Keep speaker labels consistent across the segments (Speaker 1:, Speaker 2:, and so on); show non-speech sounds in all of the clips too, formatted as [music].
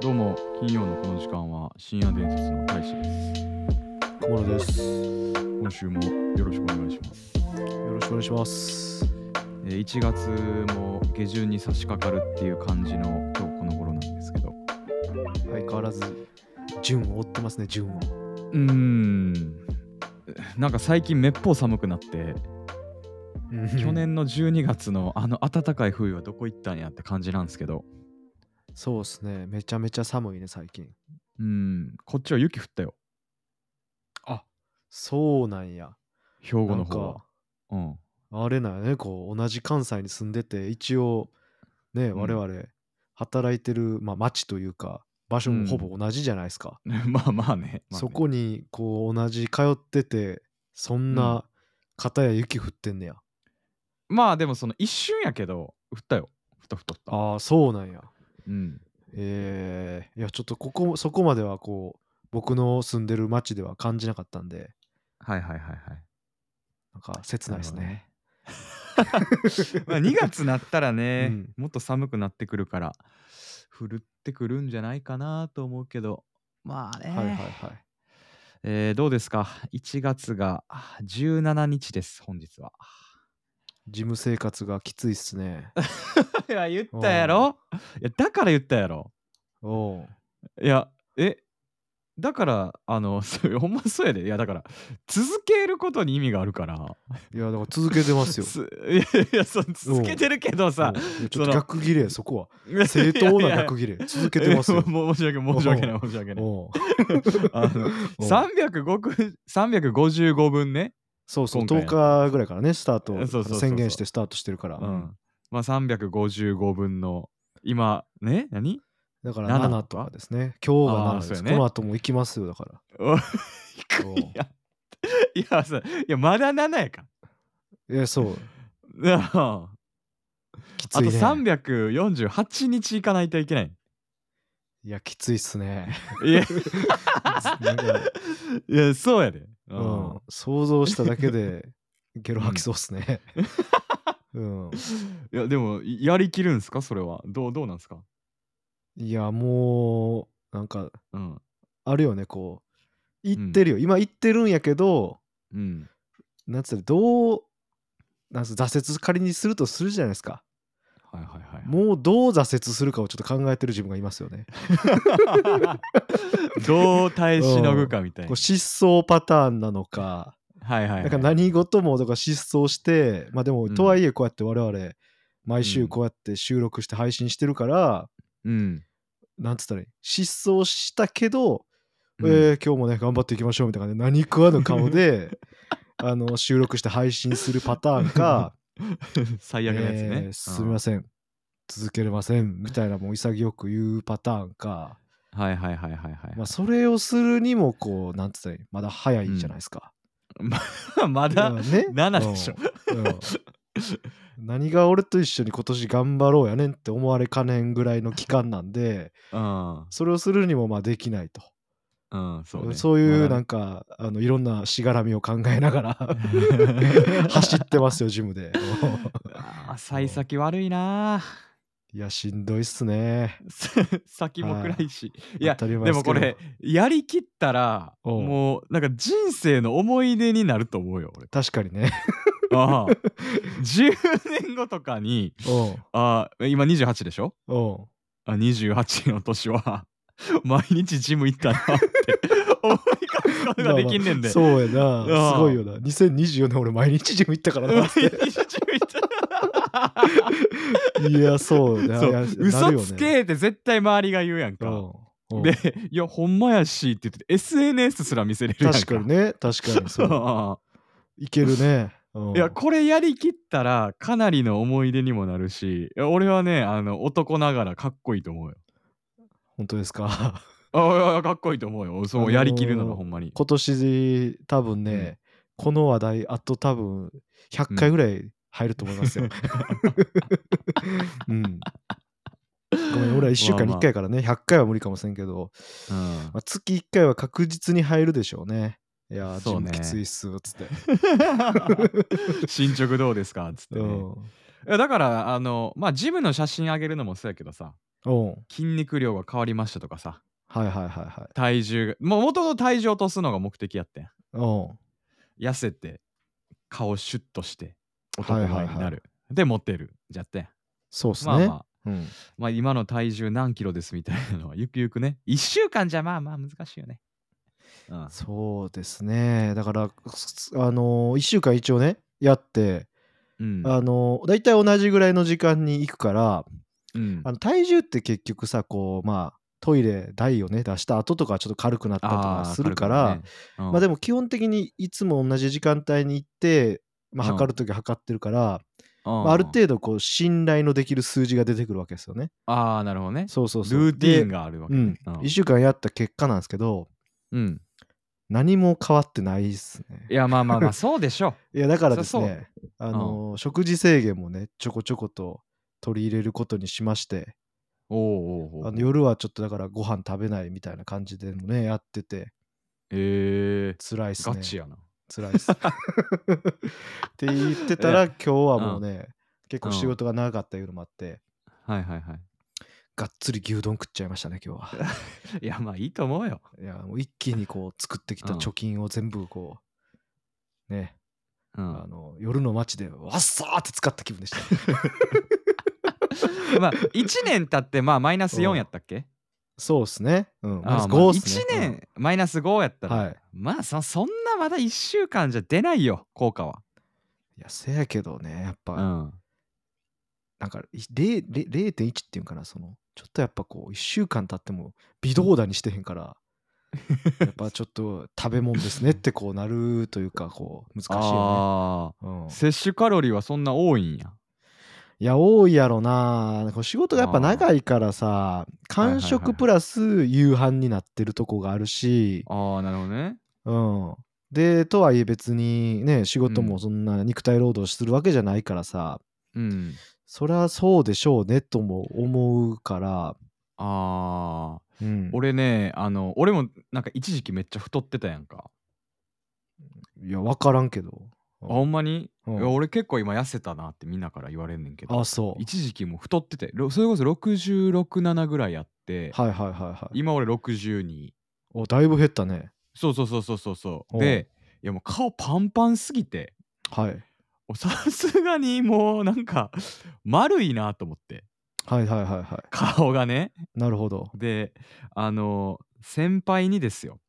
Speaker 1: どうも金曜のこの時間は深夜伝説の大使です
Speaker 2: 小室です。よ
Speaker 1: 今週もよろしくお願いします、
Speaker 2: ろしくお願いします。
Speaker 1: えー1月も下旬に差し掛かるっていう感じの今日この頃なんですけど
Speaker 2: 相変わらず、順を追ってますね、順を。
Speaker 1: うーんなんか最近めっぽう寒くなって去。年の12月のあの暖かい冬はどこ行ったんやって感じなんですけど
Speaker 2: そうですね、めちゃめちゃ寒いね、最近。
Speaker 1: うんこっちは雪降ったよ
Speaker 2: あそうなんや。
Speaker 1: 兵庫の方
Speaker 2: なん
Speaker 1: は
Speaker 2: か
Speaker 1: うん [laughs]
Speaker 2: あれなんやね、こう、同じ関西に住んでて、一応、ね、
Speaker 1: ん
Speaker 2: 我々、働いてる、まあ、町というか、場所
Speaker 1: うん
Speaker 2: もほぼ同じじゃないですか。
Speaker 1: まあまあね,、まあね
Speaker 2: そこに、こう、同じ通ってて、そん
Speaker 1: うん
Speaker 2: な、片や雪降ってんねや。
Speaker 1: まあでもその一瞬やけど降ったよふとふとった
Speaker 2: ああ、そうなんや。
Speaker 1: うん
Speaker 2: えー、いやちょっとここそこまではこう僕の住んでる町では感じなかったんで
Speaker 1: はいはいはいはい
Speaker 2: なんか切ないですね。
Speaker 1: [laughs]
Speaker 2: [laughs]
Speaker 1: まあ2月なったらね、
Speaker 2: うん
Speaker 1: もっと寒くなってくるから降ってくるんじゃないかなと思うけどまあね、
Speaker 2: はいはいはい。
Speaker 1: えーどうですか1月があ17日です本日
Speaker 2: [laughs]
Speaker 1: は
Speaker 2: 事務生活がきついっすね。
Speaker 1: いや言ったやろいやだから言ったやろ
Speaker 2: おう
Speaker 1: いやえだからあの [laughs] そうほんまそうやでいやだから続けることに意味があるから
Speaker 2: いやだから続けてます
Speaker 1: [laughs]
Speaker 2: よ。
Speaker 1: すいやいやそう続けてるけどさ
Speaker 2: おういやち
Speaker 1: そ
Speaker 2: ょっ
Speaker 1: の
Speaker 2: と逆切れそこは。
Speaker 1: いや
Speaker 2: 正当
Speaker 1: [laughs] いやい
Speaker 2: な
Speaker 1: や
Speaker 2: 逆切れ続けてますよ
Speaker 1: いや。 [laughs] もう申し訳申し訳ない申し訳ない
Speaker 2: おう
Speaker 1: [laughs] あの
Speaker 2: [laughs] おう
Speaker 1: 305く355分ね、
Speaker 2: そうそう
Speaker 1: 今回
Speaker 2: 10日ぐらいからねスター
Speaker 1: そうそうそう
Speaker 2: ト
Speaker 1: そう
Speaker 2: 宣言してスタートしてるから。
Speaker 1: うんまあ355分の今ね何
Speaker 2: だから
Speaker 1: 7
Speaker 2: 7とかですね。今日
Speaker 1: あ
Speaker 2: が
Speaker 1: ー
Speaker 2: 7
Speaker 1: そう
Speaker 2: で
Speaker 1: や
Speaker 2: す。
Speaker 1: ね
Speaker 2: この後も行きますよだから。
Speaker 1: お [laughs] い
Speaker 2: おう
Speaker 1: やいやさいやまだ7やか
Speaker 2: いやそう
Speaker 1: らなあ
Speaker 2: き [laughs] つ
Speaker 1: あと
Speaker 2: いね。
Speaker 1: 348日行かないといけ
Speaker 2: [laughs]
Speaker 1: ない
Speaker 2: いやきついっすね。
Speaker 1: いや
Speaker 2: [laughs] なんか
Speaker 1: いやそうやで、う
Speaker 2: [laughs] うんん、想像しただけで [laughs] ゲロ吐きそうっすね。 [laughs] うん、
Speaker 1: いやでもやりきるんすかそれはどうどうなんすか
Speaker 2: いやもうなんか
Speaker 1: うん
Speaker 2: あるよねこう言ってるよ、今言ってるんやけど
Speaker 1: うん
Speaker 2: なんつうのどうなんつうの挫折仮にするとするじゃないですか
Speaker 1: はいはいはいはい
Speaker 2: もうどう挫折するかをちょっと考えてる自分がいますよね。
Speaker 1: [laughs] どう耐えしのぐかみたい
Speaker 2: こ
Speaker 1: な
Speaker 2: う。失踪パターンなのか
Speaker 1: はいはい、はい。
Speaker 2: なんか何事もとか失踪してまあでも、
Speaker 1: うん
Speaker 2: とはいえこうやって我々毎
Speaker 1: う
Speaker 2: 週
Speaker 1: ん
Speaker 2: こうやって収録して配信してるから、
Speaker 1: うん。 [laughs]
Speaker 2: なんつったらいい失踪したけど、
Speaker 1: うん
Speaker 2: えー今日もね頑張っていきましょうみたいな感じで何食わぬ顔で
Speaker 1: [laughs]
Speaker 2: あの収録して配信するパターンか
Speaker 1: 最悪 [laughs] のやつね。
Speaker 2: えーすみません続けれませんみたいなもう潔く言うパターンか、
Speaker 1: うん。はいはいはいはいはい。
Speaker 2: まあ、それをするにもこうなんつったらいいまだ早いじゃないですか。
Speaker 1: [laughs] ま
Speaker 2: い
Speaker 1: だ
Speaker 2: やね
Speaker 1: 7でしょ。
Speaker 2: うんうん何が俺と一緒に今年頑張ろうやねんって思われかねんぐらいの期間なんで
Speaker 1: うん。
Speaker 2: それをするにもまあできないと。
Speaker 1: うん、そう、ね。
Speaker 2: そうい
Speaker 1: ま
Speaker 2: うな
Speaker 1: あ
Speaker 2: んか、あのいろんなしがらみを考えな
Speaker 1: [laughs]
Speaker 2: がら走ってますよジムで
Speaker 1: あー幸先悪いなあ。
Speaker 2: いやしんどいっすね
Speaker 1: [laughs] 先も暗いし。いや、
Speaker 2: 当たり
Speaker 1: で
Speaker 2: 前す
Speaker 1: もこれ
Speaker 2: け、
Speaker 1: やりきったら、
Speaker 2: おう
Speaker 1: もうなんか人生の思い出になると思うよ、俺。
Speaker 2: ど確かに
Speaker 1: [laughs]
Speaker 2: ね [laughs]
Speaker 1: ああ10年後とかに、
Speaker 2: お
Speaker 1: ああ今28でしょ
Speaker 2: うお
Speaker 1: あ28の年は毎日ジム行ったなって
Speaker 2: [laughs]
Speaker 1: 思い返すこ
Speaker 2: う
Speaker 1: とができんねんで。
Speaker 2: まあまあそうや
Speaker 1: うん
Speaker 2: なすごいよな2024年俺毎日ジム行ったから
Speaker 1: 毎 [laughs]
Speaker 2: な
Speaker 1: 日ジム行っ
Speaker 2: いやそう
Speaker 1: た
Speaker 2: や
Speaker 1: そ
Speaker 2: いや
Speaker 1: う
Speaker 2: な
Speaker 1: 嘘
Speaker 2: るよね
Speaker 1: つけって絶対周りが言うやん
Speaker 2: うん
Speaker 1: か。
Speaker 2: うん
Speaker 1: で、いや、ほんまやしって言ってて、SNS すら見せれるやんか。
Speaker 2: 確かにね確かに
Speaker 1: [laughs] そ
Speaker 2: そう
Speaker 1: う。
Speaker 2: いける
Speaker 1: [laughs]
Speaker 2: ねうん
Speaker 1: いや、これやりきったら、かなりの思い出にもなるし、いや俺はね、あの男ながらかっこいいと思うよ。
Speaker 2: 本当ですか [laughs]
Speaker 1: あいやかっこいいと思うよ。そう、
Speaker 2: あのー
Speaker 1: やりきるのがほんまに。
Speaker 2: 今年多分ね、
Speaker 1: うん
Speaker 2: この話題あと多分100回ぐ [laughs] らい入ると思いますよ、うん。ごめん、ら1週間に1回からね、100回は無理かもしれんけど、
Speaker 1: うん
Speaker 2: [laughs] まあ、月1回は確実に入るでしょうね。いやー、ジ
Speaker 1: そう
Speaker 2: ム
Speaker 1: ね
Speaker 2: きついっす、つ
Speaker 1: [laughs]
Speaker 2: って。
Speaker 1: 進捗どうですかつって
Speaker 2: う
Speaker 1: ね、
Speaker 2: ん。
Speaker 1: いやだからあのまあジムの写真あげるのもそうやけどさ
Speaker 2: おう
Speaker 1: 筋肉量が変わりましたとかさ
Speaker 2: はいはいはいはい。
Speaker 1: 体重がもともと体重を落とすのが目的やってん
Speaker 2: おう
Speaker 1: 痩せて顔シュッとして男
Speaker 2: は
Speaker 1: 前
Speaker 2: い
Speaker 1: になる、
Speaker 2: はいはい
Speaker 1: でモテるじゃってん
Speaker 2: そうっすね。
Speaker 1: まあまあ
Speaker 2: うん、
Speaker 1: まあ今の体重何キロですみたいなのはゆくゆくね1週間じゃまあまあ難しいよねうん
Speaker 2: そうですね。だから、すあのー、1週間一応ね、やって、
Speaker 1: うん
Speaker 2: あのー、大体同じぐらいの時間に行くから、
Speaker 1: うん
Speaker 2: あの体重って結局さ、こう、まあ、トイレ、台をね、出した後とかはちょっと軽くなったりと
Speaker 1: あ
Speaker 2: か
Speaker 1: ー
Speaker 2: するか
Speaker 1: 軽
Speaker 2: ら、
Speaker 1: くねうん
Speaker 2: まあでも基本的にいつも同じ時間帯に行って、まあ、
Speaker 1: うん
Speaker 2: 測るとき測ってるから、
Speaker 1: うん
Speaker 2: まあ、ある程度こう信頼のできる数字が出てくるわけですよね。
Speaker 1: ああなるほどね
Speaker 2: そうそうそう。
Speaker 1: ルーティーン
Speaker 2: で
Speaker 1: があるわけ
Speaker 2: う
Speaker 1: ね
Speaker 2: ん、1週間やった結果なんですけど、
Speaker 1: うんうん
Speaker 2: 何も変わってないですね
Speaker 1: い。やまあま
Speaker 2: [laughs]
Speaker 1: あまあそうでしょ
Speaker 2: いやだからです
Speaker 1: そりゃ
Speaker 2: ね、あのー食事制限もね、ちょこちょこと取り入れることにしまして、
Speaker 1: うおうおうおう
Speaker 2: あの夜はちょっとだからご飯食べないみたいな感じでもね、やってて、
Speaker 1: えー
Speaker 2: 辛いっす
Speaker 1: ガ
Speaker 2: ね。
Speaker 1: チやな
Speaker 2: 辛い
Speaker 1: [laughs]
Speaker 2: っす。って言ってたら、今日はもうね、結構仕事が長かったいうのもあって、
Speaker 1: はいはいはい
Speaker 2: がっつり牛丼食っちゃいましたね、今日は。
Speaker 1: [laughs] いやまあいいと思うよ
Speaker 2: いや、もう一気にこう作ってきた
Speaker 1: うん
Speaker 2: 貯金を全部こう、ね、
Speaker 1: うん
Speaker 2: あの夜の街でわっさーって使った気分でした。
Speaker 1: まあ1年経ってまあマイナス4やったっけ
Speaker 2: そうですね。うん。
Speaker 1: あーまあ
Speaker 2: 5
Speaker 1: 1年マイナス5やったら、
Speaker 2: はい
Speaker 1: まあそそんなまだ1週間じゃ出ないよ効果は、
Speaker 2: いや、せやけどね、やっぱ、
Speaker 1: うん、
Speaker 2: なんかい0 0 0.1っていうんかな、その、ちょっとやっぱこう、1週間経っても微動だにしてへんから、やっぱちょっと食べ物ですねってこうなるというか、こう、難しい
Speaker 1: あ
Speaker 2: よね。うん
Speaker 1: ー、摂取カロリーはそんな多いんや
Speaker 2: いや、多いやろな。こう仕事がやっぱ長いからさ、
Speaker 1: はいはい
Speaker 2: 間食プラス夕飯になってるとこがあるし、
Speaker 1: あーなるほどね
Speaker 2: うん。で、とはいえ別にね、仕事
Speaker 1: う
Speaker 2: も
Speaker 1: ん
Speaker 2: そんな肉体労働するわけじゃないからさ、
Speaker 1: うん
Speaker 2: そりゃそうでしょうねとも思うから、
Speaker 1: あー
Speaker 2: うん、
Speaker 1: 俺ねあの俺もなんか一時期めっちゃ太ってたやんか、
Speaker 2: いや分からんけど、うん
Speaker 1: あほんまに、
Speaker 2: うん
Speaker 1: いや俺結構今痩せたなってみんなから言われんねんけど
Speaker 2: あそう
Speaker 1: 一時期もう太っててろそれこそ667ぐらいあって、
Speaker 2: はいはいはいはい
Speaker 1: 今俺62
Speaker 2: おだいぶ減ったね
Speaker 1: そうそうそうそうそうそう
Speaker 2: おう
Speaker 1: でいやもう顔パンパンすぎて
Speaker 2: はい
Speaker 1: おさすがにもうなんか [laughs] 丸いなと思って
Speaker 2: はいはいはいは
Speaker 1: 顔がね
Speaker 2: いなるほど
Speaker 1: であの先輩にですよ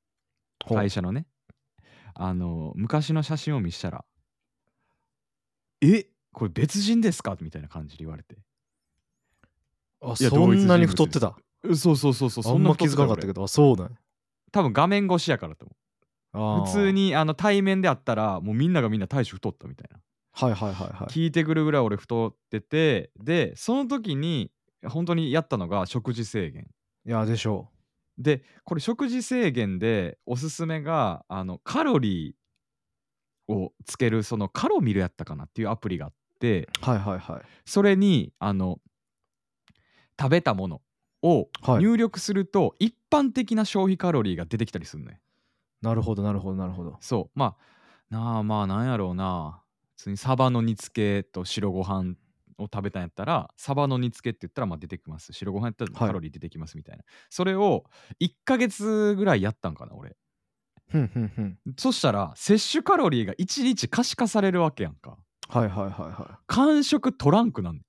Speaker 2: ほう
Speaker 1: 会社のねあの昔の写真を見したら「えこれ別人ですか?」みたいな感じで言われて
Speaker 2: あ
Speaker 1: いや
Speaker 2: そんなに太ってた
Speaker 1: えそうそうそうそう
Speaker 2: あ
Speaker 1: そ
Speaker 2: ん
Speaker 1: な
Speaker 2: ま
Speaker 1: 太
Speaker 2: 気
Speaker 1: っ
Speaker 2: づ
Speaker 1: て
Speaker 2: かなかったけ
Speaker 1: 俺
Speaker 2: どあそうなんや
Speaker 1: 多分画面越しやからと思う
Speaker 2: あー
Speaker 1: 普通にあの対面であったらもうみんながみんな大衆太ったみたいな
Speaker 2: はいはいはいはい
Speaker 1: 聞いてくるぐらい俺太っててでその時に本当にやったのが食事制限
Speaker 2: いやでしょ
Speaker 1: でこれ食事制限でおすすめがあのカロリーをつけるそのカロミルやったかなっていうアプリがあって
Speaker 2: うはいはいはい
Speaker 1: それにあの食べたものを
Speaker 2: はい
Speaker 1: 入力すると一般的な消費カロリーが出てきたりするね、
Speaker 2: なるほどなるほどなるほど
Speaker 1: そうまあなあまあなんやろうな普通にサバの煮付けと白ご飯を食べたんやったらサバの煮付けって言ったらまあ出てきます白ご飯やったら
Speaker 2: はい
Speaker 1: カロリー出てきますみたいな、それを1ヶ月ぐらいやったんかな俺
Speaker 2: ふんふんふん
Speaker 1: そしたら摂取カロリーが1日可視化されるわけやんか
Speaker 2: はいはいはいはい
Speaker 1: 間食トランクなんねん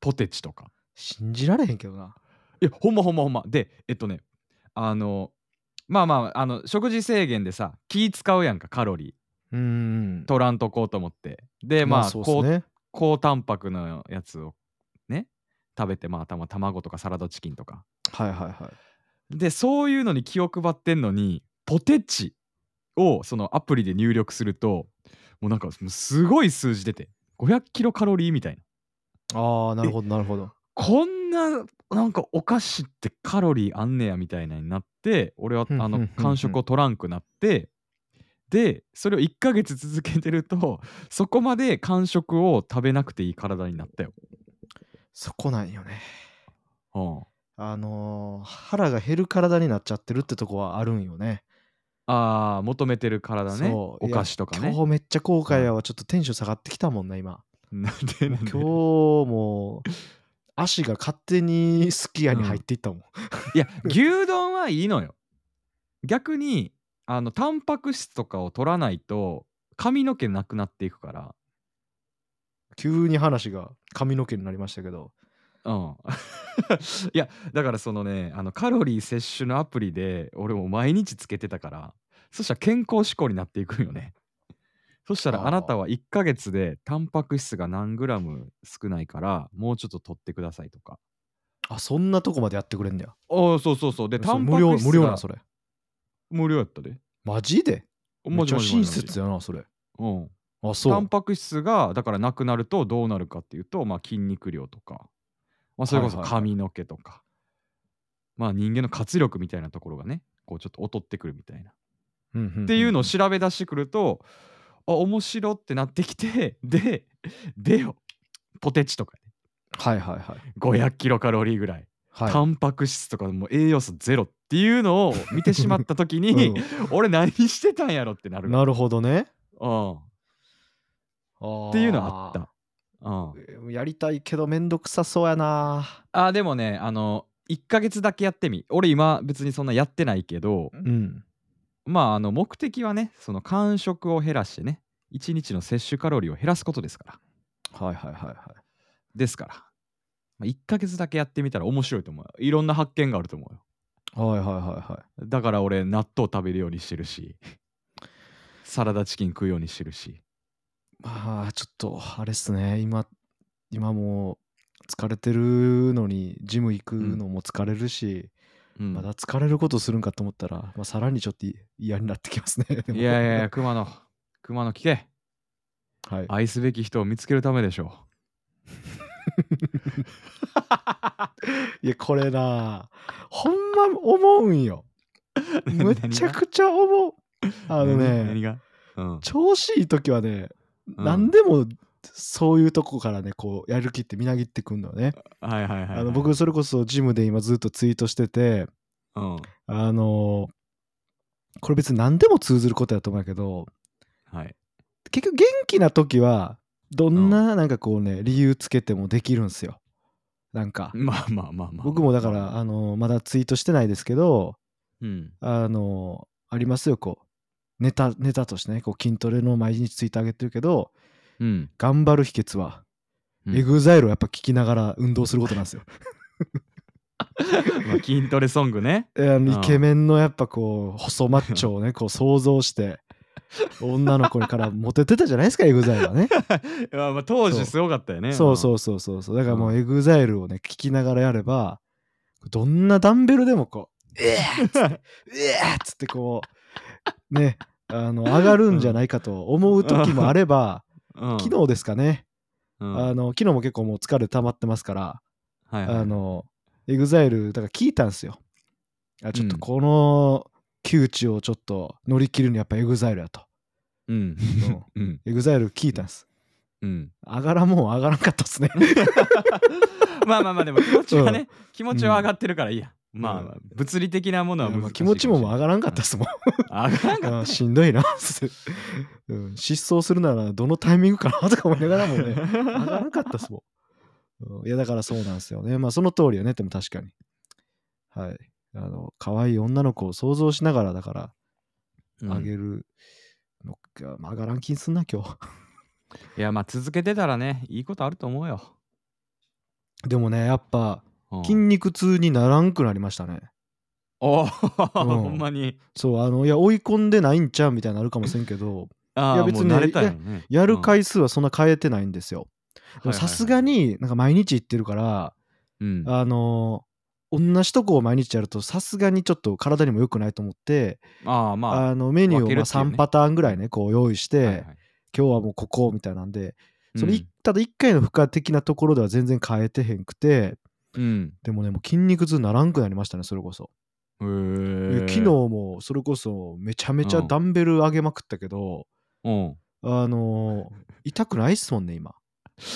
Speaker 1: ポテチとか
Speaker 2: 信じられへんけどない
Speaker 1: やほんまほんまほんまでえっとねあのまあまああの食事制限でさ気使うやんかカロリー
Speaker 2: うーん
Speaker 1: 取らんとこうと思ってでまあ、
Speaker 2: そうっす
Speaker 1: 高
Speaker 2: ね
Speaker 1: 高タンパクのやつをね食べてまあたま卵とかサラダチキンとか
Speaker 2: はいはいはい
Speaker 1: でそういうのに気を配ってんのにポテチをそのアプリで入力するともうなんかもうすごい数字出て500キロカロリーみたいな
Speaker 2: ああなるほどなるほど
Speaker 1: こんななんかお菓子ってカロリーあんねやみたいなになって俺は
Speaker 2: うん
Speaker 1: あ
Speaker 2: うんうん
Speaker 1: の
Speaker 2: うん
Speaker 1: 間食を取らんくなってでそれを1ヶ月続けてると [laughs] そこまで間食を食べなくていい体になったよ
Speaker 2: そこなんよね
Speaker 1: は
Speaker 2: あのー腹が減る体になっちゃってるってとこはあるんよね。
Speaker 1: ああー求めてる体ね
Speaker 2: そ
Speaker 1: お
Speaker 2: ういや
Speaker 1: 菓子とかね
Speaker 2: 今日めっちゃ後悔やわ。ちょっとテンション下がってきたもんな、今。
Speaker 1: [laughs] なんで
Speaker 2: も
Speaker 1: な
Speaker 2: うん
Speaker 1: で
Speaker 2: 今日もう、足が勝手にすき家に入っていったもん。
Speaker 1: いや牛丼はいいのよ逆にあのタンパク質とかを取らないと髪の毛なくなっていくから
Speaker 2: 急に話が髪の毛になりましたけど。
Speaker 1: うん [laughs] いやだからそのねあのカロリー摂取のアプリで俺も毎日つけてたからそしたら健康志向になっていくんよねそした
Speaker 2: あ
Speaker 1: ら
Speaker 2: ー
Speaker 1: あなたは1ヶ月でタンパク質が何グラム少ないからもうちょっと取ってくださいとか
Speaker 2: あ、そんなとこまでやってくれんだよ。
Speaker 1: ああそうそうそうで
Speaker 2: そ
Speaker 1: タ
Speaker 2: れ
Speaker 1: ン
Speaker 2: 無
Speaker 1: パク
Speaker 2: 料、
Speaker 1: 質
Speaker 2: 無料な
Speaker 1: が
Speaker 2: んそれ。
Speaker 1: 無料やったで
Speaker 2: マジでめっちゃ親切やな、それ。
Speaker 1: うん
Speaker 2: あ、そ
Speaker 1: タン
Speaker 2: う。
Speaker 1: パク質がだからなくなるとどうなるかっていうと、まあ、筋肉量とか、まあ、それこそ
Speaker 2: はいはいはい
Speaker 1: 髪の毛とか、まあ、人間の活力みたいなところがねこうちょっと劣ってくるみたいな。
Speaker 2: っ
Speaker 1: っていうのを調べ出してくるとあ面白ってなってきて [laughs] ででよポテチとか、ね、
Speaker 2: はいはいはい。
Speaker 1: 500キロカロリーぐらい、
Speaker 2: はい
Speaker 1: タンパク質とかもう栄養素ゼロっていうのを見てしまった時
Speaker 2: [laughs]
Speaker 1: に、俺何してたんやろってな
Speaker 2: う
Speaker 1: る
Speaker 2: んなるほどね。
Speaker 1: うん、っ
Speaker 2: って
Speaker 1: いうのあった。うん、
Speaker 2: やりたいけどめんどくさそうやな。
Speaker 1: あーでもねあの1ヶ月だけやってみ俺今別にそんなやってないけど
Speaker 2: うん。
Speaker 1: まああの目的はねその間食を減らしてね1日の摂取カロリーを減らすことですから
Speaker 2: はいはいはいはい。
Speaker 1: ですから、まあ、1ヶ月だけやってみたら面白いと思うよいろんな発見があると思うよ
Speaker 2: はいはいはいはい。
Speaker 1: だから俺納豆食べるようにしてるしサラダチキン食うようにしてるし
Speaker 2: まあちょっとあれっすね。今、今もう疲れてるのにジム行くのも疲れるし、
Speaker 1: うん
Speaker 2: まだ疲れることするんかと思ったら、まあ、さらにちょっと嫌になってきますね。でも
Speaker 1: いやいやいや。熊野熊野聞け
Speaker 2: はい。
Speaker 1: 愛すべき人を見つけるためでしょ
Speaker 2: いやこれなほんま思うんよ。
Speaker 1: う
Speaker 2: むちゃくちゃ思う。あの
Speaker 1: 何が
Speaker 2: ね
Speaker 1: 何。がうん
Speaker 2: 調子いい時はね、
Speaker 1: うん
Speaker 2: 何でもそういうとこからねこうやる気ってみなぎってくんのよね、
Speaker 1: はいはいはいはい、
Speaker 2: あの僕それこそジムで今ずっとツイートしてて
Speaker 1: うん、
Speaker 2: あのこれ別に何でも通ずることやと思うんやけど
Speaker 1: はい。
Speaker 2: 結局元気な時はどんななんかこうね理由つけてもできるんすよなんか
Speaker 1: まあまあまあまあ。
Speaker 2: 僕もだから、あのまだツイートしてないですけど
Speaker 1: うん。
Speaker 2: あのありますよこうネタネタとしてねこう筋トレの毎日ツイート上げてるけど
Speaker 1: うん。
Speaker 2: 頑張る秘訣は、
Speaker 1: うん
Speaker 2: エグザイルをやっぱ聞きながら運動することなんですよ。
Speaker 1: まあ、筋トレソング [laughs] ね。
Speaker 2: えーあ
Speaker 1: あ
Speaker 2: の
Speaker 1: あ
Speaker 2: イケメンのやっぱこう細マッチョをねこう想像して女の子からモテてたじゃないですかエグザイルはね。
Speaker 1: まあまあ、当
Speaker 2: そう
Speaker 1: 時すごかったよね。
Speaker 2: そ
Speaker 1: [laughs]
Speaker 2: うそううそうそうそうだからもう
Speaker 1: あ
Speaker 2: エグザイルをね聞きながらやればどんなダンベルでもこう「えーっ!」つって「えーっ!」つってこうねあの上がるんじゃないかと思う時もあれば、
Speaker 1: ん。うん、
Speaker 2: 昨日ですかね、
Speaker 1: うん、
Speaker 2: あの昨日も結構もう疲れ溜まってますから、
Speaker 1: はいはい
Speaker 2: あの、エグザイル、だから聞いたんすよ。あちょっ
Speaker 1: う
Speaker 2: と
Speaker 1: ん
Speaker 2: この窮地をちょっと乗り切るにやっぱエグザイル
Speaker 1: [laughs]
Speaker 2: やと。
Speaker 1: うん。うん。
Speaker 2: エグザイル聞いたんす。
Speaker 1: うん。
Speaker 2: 上がらんもん上がらんかったっすね。
Speaker 1: まあまあまあ、でも気持ちはね、気持ちは上がってるからいいや。まあまあ、
Speaker 2: うん
Speaker 1: 物理的なものは難しい
Speaker 2: [laughs] 気持ちも上
Speaker 1: が
Speaker 2: がらんかったっすもん。
Speaker 1: 上がらんかっ
Speaker 2: うんしんどいな、 [laughs] うん。失踪するならどのタイミングかなとか思いながらもね、
Speaker 1: [laughs]
Speaker 2: 上がらんかったっすもん。うんいやだからそうなんですよね。まあその通りよね、でも確かに。はい。あの、可愛い女の子を想像しながらだから、
Speaker 1: た。
Speaker 2: あ
Speaker 1: うん
Speaker 2: げるのか、まあ、上がらん気すんな今日 [laughs]
Speaker 1: いや、まあ続けてたらね、いいことあると思うよ。
Speaker 2: でもねやっぱ
Speaker 1: うん
Speaker 2: 筋肉痛にならんくなりましたね、
Speaker 1: おお、
Speaker 2: うん
Speaker 1: ほんまに。
Speaker 2: そうあのいや追い込んでないんちゃうみたいになるかもしれんけど
Speaker 1: ああ、
Speaker 2: いや
Speaker 1: もう
Speaker 2: 別に
Speaker 1: 慣れたよね。
Speaker 2: やる
Speaker 1: い、
Speaker 2: 回数はそんな変えてないんですよでも
Speaker 1: はいはいはい
Speaker 2: さすが、になんか毎日行ってるから
Speaker 1: うん、あ
Speaker 2: あの同じとこを毎日やるとさすがにちょっと体にも良くないと思って
Speaker 1: あ、まあ、
Speaker 2: あのメニューを
Speaker 1: 分ける
Speaker 2: まあ
Speaker 1: っていうね
Speaker 2: 3パターンぐらいねこう用意して、
Speaker 1: はいはい
Speaker 2: 今日はもうここみたいなんでそれ、
Speaker 1: う
Speaker 2: い
Speaker 1: ん
Speaker 2: ただ1回の負荷的なところでは全然変えてへんくて
Speaker 1: うん。
Speaker 2: でもねもう筋肉痛ならんくなりましたねそれこそ
Speaker 1: へ
Speaker 2: いや
Speaker 1: ー
Speaker 2: 昨日もそれこそめちゃめちゃ
Speaker 1: うん
Speaker 2: ダンベル上げまくったけど、
Speaker 1: うん。
Speaker 2: あのー痛くないっすもんね今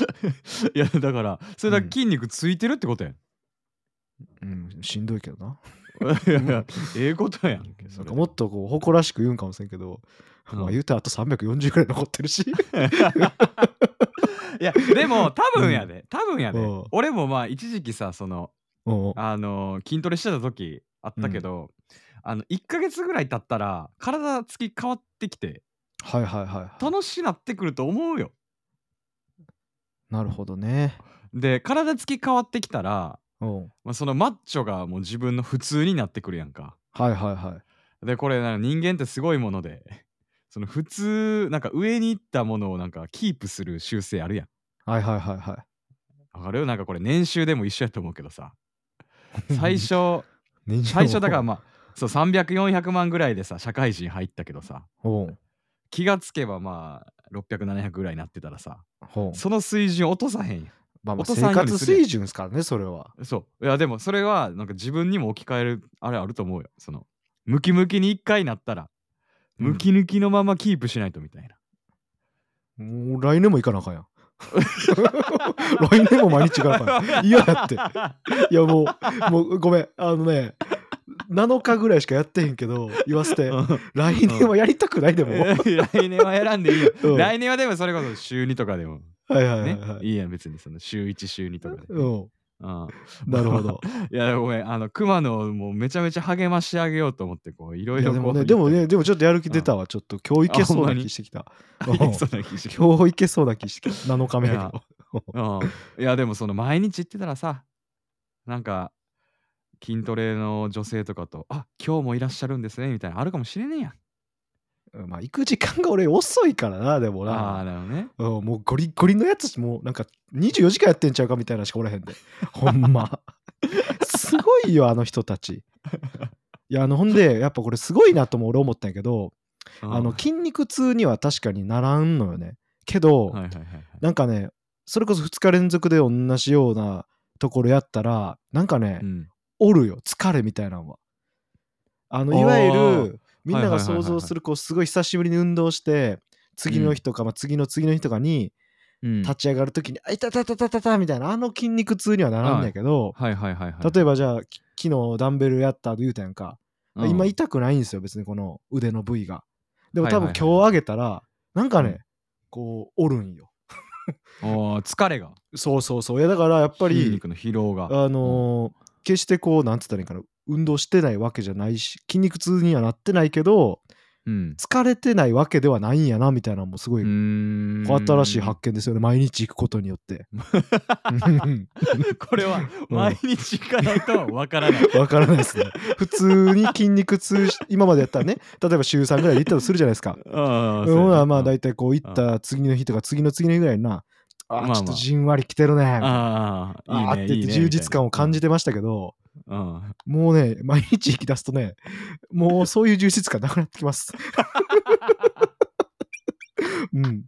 Speaker 1: [laughs] いやだからそれだけ
Speaker 2: うん
Speaker 1: 筋肉ついてるってことやん。
Speaker 2: うん、しんどいけどな。
Speaker 1: い [laughs] やいやええことやんけ。それ
Speaker 2: なんかもっとこう誇らしく言うんかもしれんけど、
Speaker 1: うん
Speaker 2: まあ言うたらあと340くらい残ってる
Speaker 1: [laughs]
Speaker 2: し。
Speaker 1: [laughs] いや、でも、多分やで。多分やで
Speaker 2: うん。
Speaker 1: 俺もまあ、一時期さ、その、
Speaker 2: うん
Speaker 1: あのー筋トレしてた時あったけど、あの、1ヶ月ぐらい経ったら、体つき変わってきて、
Speaker 2: はいはいはいは
Speaker 1: 楽しなってくると思うよ。
Speaker 2: い。なるほどね。
Speaker 1: で、体つき変わってきたら、
Speaker 2: うん。
Speaker 1: まあ、そのマッチョがもう自分の普通になってくるやんか。
Speaker 2: はいはいはい。
Speaker 1: で、これ、なんか人間ってすごいもので、 [laughs] その普通、なんか上に行ったものをなんかキープする習性あるやん。
Speaker 2: はいはいはいは
Speaker 1: わかるなんかこれ年収でも一緒やと思うけど
Speaker 2: [laughs]
Speaker 1: さ。
Speaker 2: い。
Speaker 1: 最初、
Speaker 2: 年収も、
Speaker 1: 最初だからまあ、そう300400万ぐらいでさ社会人入ったけどさ
Speaker 2: ほう
Speaker 1: 気がつけばまあ600700ぐらいになってたらさ
Speaker 2: ほう
Speaker 1: その水準落とさへんや
Speaker 2: まあまあ
Speaker 1: お父
Speaker 2: 生
Speaker 1: さんより
Speaker 2: 活水準ですからね、それは。
Speaker 1: んそういやでもそれはなんか自分にも置き換えるあれあると思うよそのムキムキに1回なったら
Speaker 2: うん
Speaker 1: ムキ抜きのままキープしないとみたいな、
Speaker 2: もう来年も行かなあかんやん。来年も毎日行かなあかんや
Speaker 1: [laughs]
Speaker 2: ん。嫌やって。 [laughs] いやもう、もうごめん。あのね、7日ぐらいしかやってへんけど、言わせて、来年はやりたくないでも。はい
Speaker 1: [laughs] 来年は選んでいいよ、
Speaker 2: うん
Speaker 1: 来年はでもそれこそ週2とかでも
Speaker 2: はいは
Speaker 1: ね
Speaker 2: い、はい。
Speaker 1: いいやん別にその週1週2とかで、
Speaker 2: うん、
Speaker 1: うん
Speaker 2: なるほ
Speaker 1: [laughs]
Speaker 2: ど。
Speaker 1: いやごめんあの熊野をもうめちゃめちゃ励ましてあげようと思ってこういろ
Speaker 2: い
Speaker 1: い
Speaker 2: や
Speaker 1: ろ
Speaker 2: で
Speaker 1: こ
Speaker 2: も
Speaker 1: う
Speaker 2: ね、でもね、でもちょっとやる気出たわ。ちょっと今日行けそうな気してきた。
Speaker 1: 言
Speaker 2: う
Speaker 1: っ [laughs]
Speaker 2: ん
Speaker 1: ていやそうな気しよ
Speaker 2: 今日行けそうな気してきた。7日目やけど。
Speaker 1: う、うん、いやでもその毎日行ってたらさなんか筋トレの女性とかと「あ今日もいらっしゃるんですね」みたいなのあるかもしれねえやん
Speaker 2: うんまあ行く時間が俺遅いからな、でも
Speaker 1: ああーなる
Speaker 2: な。
Speaker 1: ほどね
Speaker 2: うんもうゴリゴリのやつもうなんか24時間やってんちゃうかみたいなしかおらへんで。 [laughs] ほんま。すごいよ、あの人たち。いや、あの、ほんで、やっぱこれすごいなとも俺思ったんやけど、
Speaker 1: うん
Speaker 2: あの、筋肉痛には確かにならんのよね。けど、
Speaker 1: はいはいはいはい
Speaker 2: なんかね、それこそ2日連続で同じようなところやったら、なんかね、
Speaker 1: うん
Speaker 2: おるよ疲れみたいなのはあのいわ
Speaker 1: あ
Speaker 2: ゆ
Speaker 1: ー
Speaker 2: るみんな
Speaker 1: はいはい
Speaker 2: が
Speaker 1: はいはい
Speaker 2: 想像するこうすごい久しぶりに運動して次の日とか、まあ、次の次の日とかに
Speaker 1: うん
Speaker 2: 立ち上がるときに「あいたたたたたた」みたいなあの筋肉痛にはならんねんけど、
Speaker 1: はいはいはいはい
Speaker 2: 例えばじゃあき昨日ダンベルやったと言うたやんか、
Speaker 1: うん
Speaker 2: 今痛くないんですよ別にこの腕の部位がでも
Speaker 1: は
Speaker 2: 多分
Speaker 1: いはいはい
Speaker 2: 今日上げたらなんかね、
Speaker 1: うん
Speaker 2: こうおるんよ
Speaker 1: おー疲れがやっ
Speaker 2: そうそうそういやだからやっぱ
Speaker 1: ぱり
Speaker 2: り
Speaker 1: 筋肉の疲労が
Speaker 2: あのー決してこうなんつったらいいんかな運動してないわけじゃないし筋肉痛にはなってないけど
Speaker 1: うん
Speaker 2: 疲れてないわけではないんやなみたいなのもすご
Speaker 1: う
Speaker 2: い
Speaker 1: ーん
Speaker 2: 新しい発見ですよね毎日行くことに
Speaker 1: [laughs]
Speaker 2: よって。うん
Speaker 1: これは毎日行かないとわから
Speaker 2: [laughs]
Speaker 1: ない
Speaker 2: わからないですね。普通に筋肉痛し今までやったらね例えば週3ぐらいで行ったとするじゃないですか。
Speaker 1: ああ、
Speaker 2: ほ
Speaker 1: そうや
Speaker 2: ら
Speaker 1: な
Speaker 2: まあ
Speaker 1: うん
Speaker 2: 大体こう行った次の日とか次の次の日ぐらいになあ
Speaker 1: まあ
Speaker 2: ー
Speaker 1: まあ
Speaker 2: ちょっとじんわりきてるねみたいな
Speaker 1: ああ、いい
Speaker 2: あー
Speaker 1: ね。
Speaker 2: って
Speaker 1: い
Speaker 2: 言
Speaker 1: い
Speaker 2: って
Speaker 1: ね
Speaker 2: 充実感を感じ
Speaker 1: て。
Speaker 2: てましたけど。
Speaker 1: うん
Speaker 2: もうね、毎日行き出すとね、もうそういう充実感なくなって
Speaker 1: [laughs]
Speaker 2: きます。うん、
Speaker 1: うん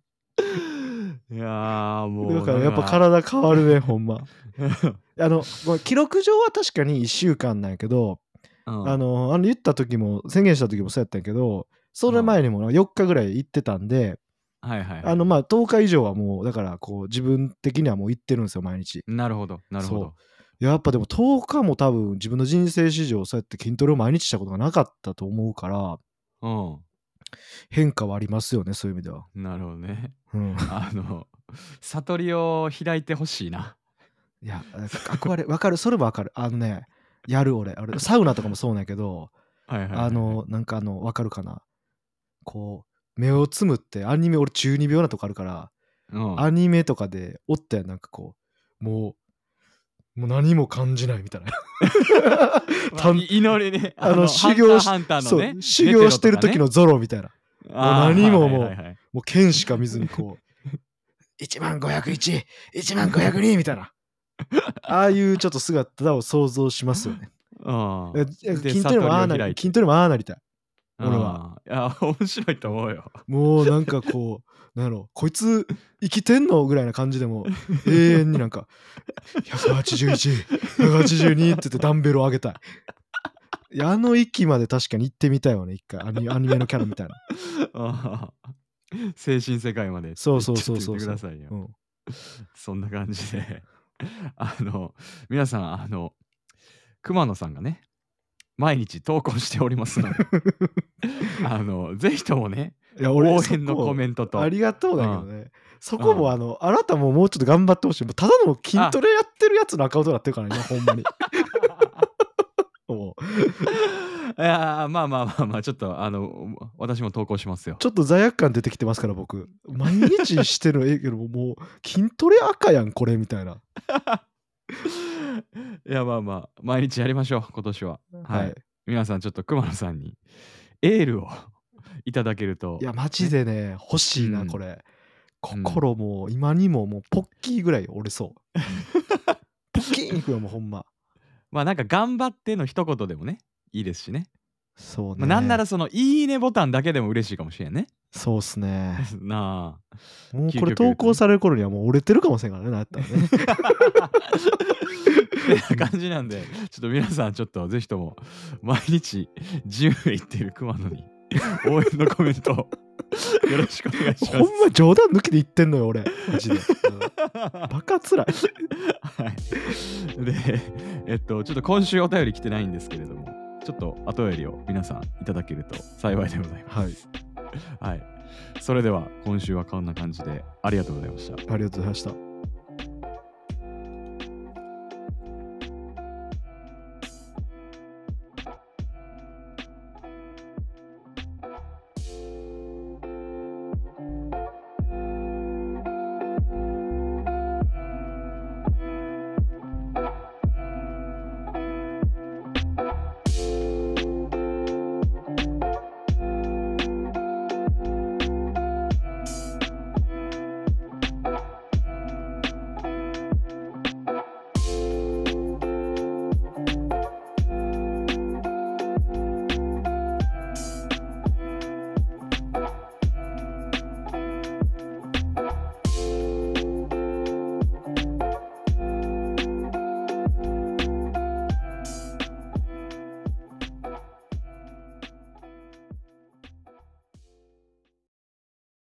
Speaker 1: いやー、もう。
Speaker 2: だからやっぱ
Speaker 1: だ
Speaker 2: 体変わるね、ほんま。
Speaker 1: から。
Speaker 2: あの、ごめん記録上は確かに1週間なんやけど、
Speaker 1: うん
Speaker 2: あの、あの言った時も、宣言した時もそうやったんやけど、それ前にもな4日ぐらい行ってたんで、
Speaker 1: はいはいはい。
Speaker 2: あの、まあ10日以上はもう、だからこう、自分的にはもう行ってるんですよ、毎日。
Speaker 1: なるほど、なるほど。
Speaker 2: やっぱでも10日も多分自分の人生史上、そうやって筋トレを毎日したことがなかったと思うから、
Speaker 1: う
Speaker 2: 変化はありますよね、そういう意味では。
Speaker 1: ん。なるほどね。 [laughs]
Speaker 2: うん、
Speaker 1: あの、悟りを開いてほしいな。
Speaker 2: いや憧れわかるそれもわかるあのねやる俺俺サウナとかもそうなんやけど
Speaker 1: はいはいはい。
Speaker 2: あのなんかあのわかるかなこう目をつむってアニメ俺中二病なとこあるから
Speaker 1: うん、
Speaker 2: アニメとかでおったやんなんかこうもうもう何も感じないみたいな
Speaker 1: [laughs] まあい祈りね。
Speaker 2: あの修行し
Speaker 1: ハンターハンタ
Speaker 2: そ
Speaker 1: ー
Speaker 2: う、
Speaker 1: のね。
Speaker 2: 修行してる時のゾロみたいな
Speaker 1: あー、
Speaker 2: 何ももう
Speaker 1: はいはいはい
Speaker 2: もう剣しか見ずに
Speaker 1: [laughs]
Speaker 2: こう1万501 1万502みたいなああいうちょっと姿を想像しますよね
Speaker 1: うん
Speaker 2: ええ
Speaker 1: で
Speaker 2: 筋トレもああな
Speaker 1: 悟りを開
Speaker 2: り
Speaker 1: いて
Speaker 2: 筋トレもああなりたい俺
Speaker 1: は。いや、面白いと思うよ。
Speaker 2: もうなんかこうなんやろこいつ生きてんのぐらいな感じ
Speaker 1: [laughs]
Speaker 2: でも永遠になんか181182って言ってダンベルを上げたいいやあの域まで確かに行ってみたいよね一回アニアニメのキャラみたいな、
Speaker 1: あー [laughs] 精神世界まで。
Speaker 2: そうそうそうそう
Speaker 1: ちょっと行ってくださいよ
Speaker 2: う。ん、
Speaker 1: [laughs] そんな感じで、あの、皆さん、あの、熊野さんがね、毎日投稿しております
Speaker 2: [laughs]
Speaker 1: ので、あの、ぜひともね、
Speaker 2: いや
Speaker 1: 応援のコメ
Speaker 2: ン
Speaker 1: ントと、
Speaker 2: ありがとうだけどね、そこ
Speaker 1: うん
Speaker 2: もあのあなたももうちょっと頑張ってほしいもうただの筋トレやってるやつのアカウントになってるからねほんま
Speaker 1: [laughs]
Speaker 2: にもう
Speaker 1: [laughs] いやーまあまあまあまあ、ちょっと、あの、私も投稿しますよ。
Speaker 2: ちょっと罪悪感出てきてますから僕毎日してるええけどもう筋トレ赤やんこれみたいな
Speaker 1: いや、まあまあ、毎日やりましょう、今年は。はい。
Speaker 2: はい
Speaker 1: 皆さん、ちょっと熊野さんにエールを [laughs] いただけると
Speaker 2: い、やマジでね欲しいな
Speaker 1: うん
Speaker 2: これ、心もう今にももうポッキーぐらい折れそう
Speaker 1: [laughs]
Speaker 2: ポッキーンいくよもうほんま
Speaker 1: まあなんか、頑張っての一言でもね、いいですしね。
Speaker 2: そうね、
Speaker 1: まあ、なんならその、いいねボタンだけでも嬉しいかもしれんね。
Speaker 2: そうっすね
Speaker 1: [laughs] なあ。
Speaker 2: もう
Speaker 1: 究極言
Speaker 2: これ
Speaker 1: うとね
Speaker 2: 投稿される頃にはもう折れてるかもしれんからねなん
Speaker 1: [laughs]
Speaker 2: やったらね
Speaker 1: ってな感じなんで、ちょっと皆さん、ちょっとぜひとも、毎日、ジムへ行ってる熊野に、 [laughs] 応援のコメントを [laughs] よろしくお願いし
Speaker 2: ほんま冗談抜きで言ってんのよ俺マジで、うん
Speaker 1: ます。
Speaker 2: バカつらい
Speaker 1: はい、で、えっと、ちょっと今週お便り来てないんですけれども、ちょっと後よりを皆さんいただけると幸いでございま
Speaker 2: はい
Speaker 1: す。はい。それでは、今週はこんな感じでありがとうございました。
Speaker 2: ありがとうございました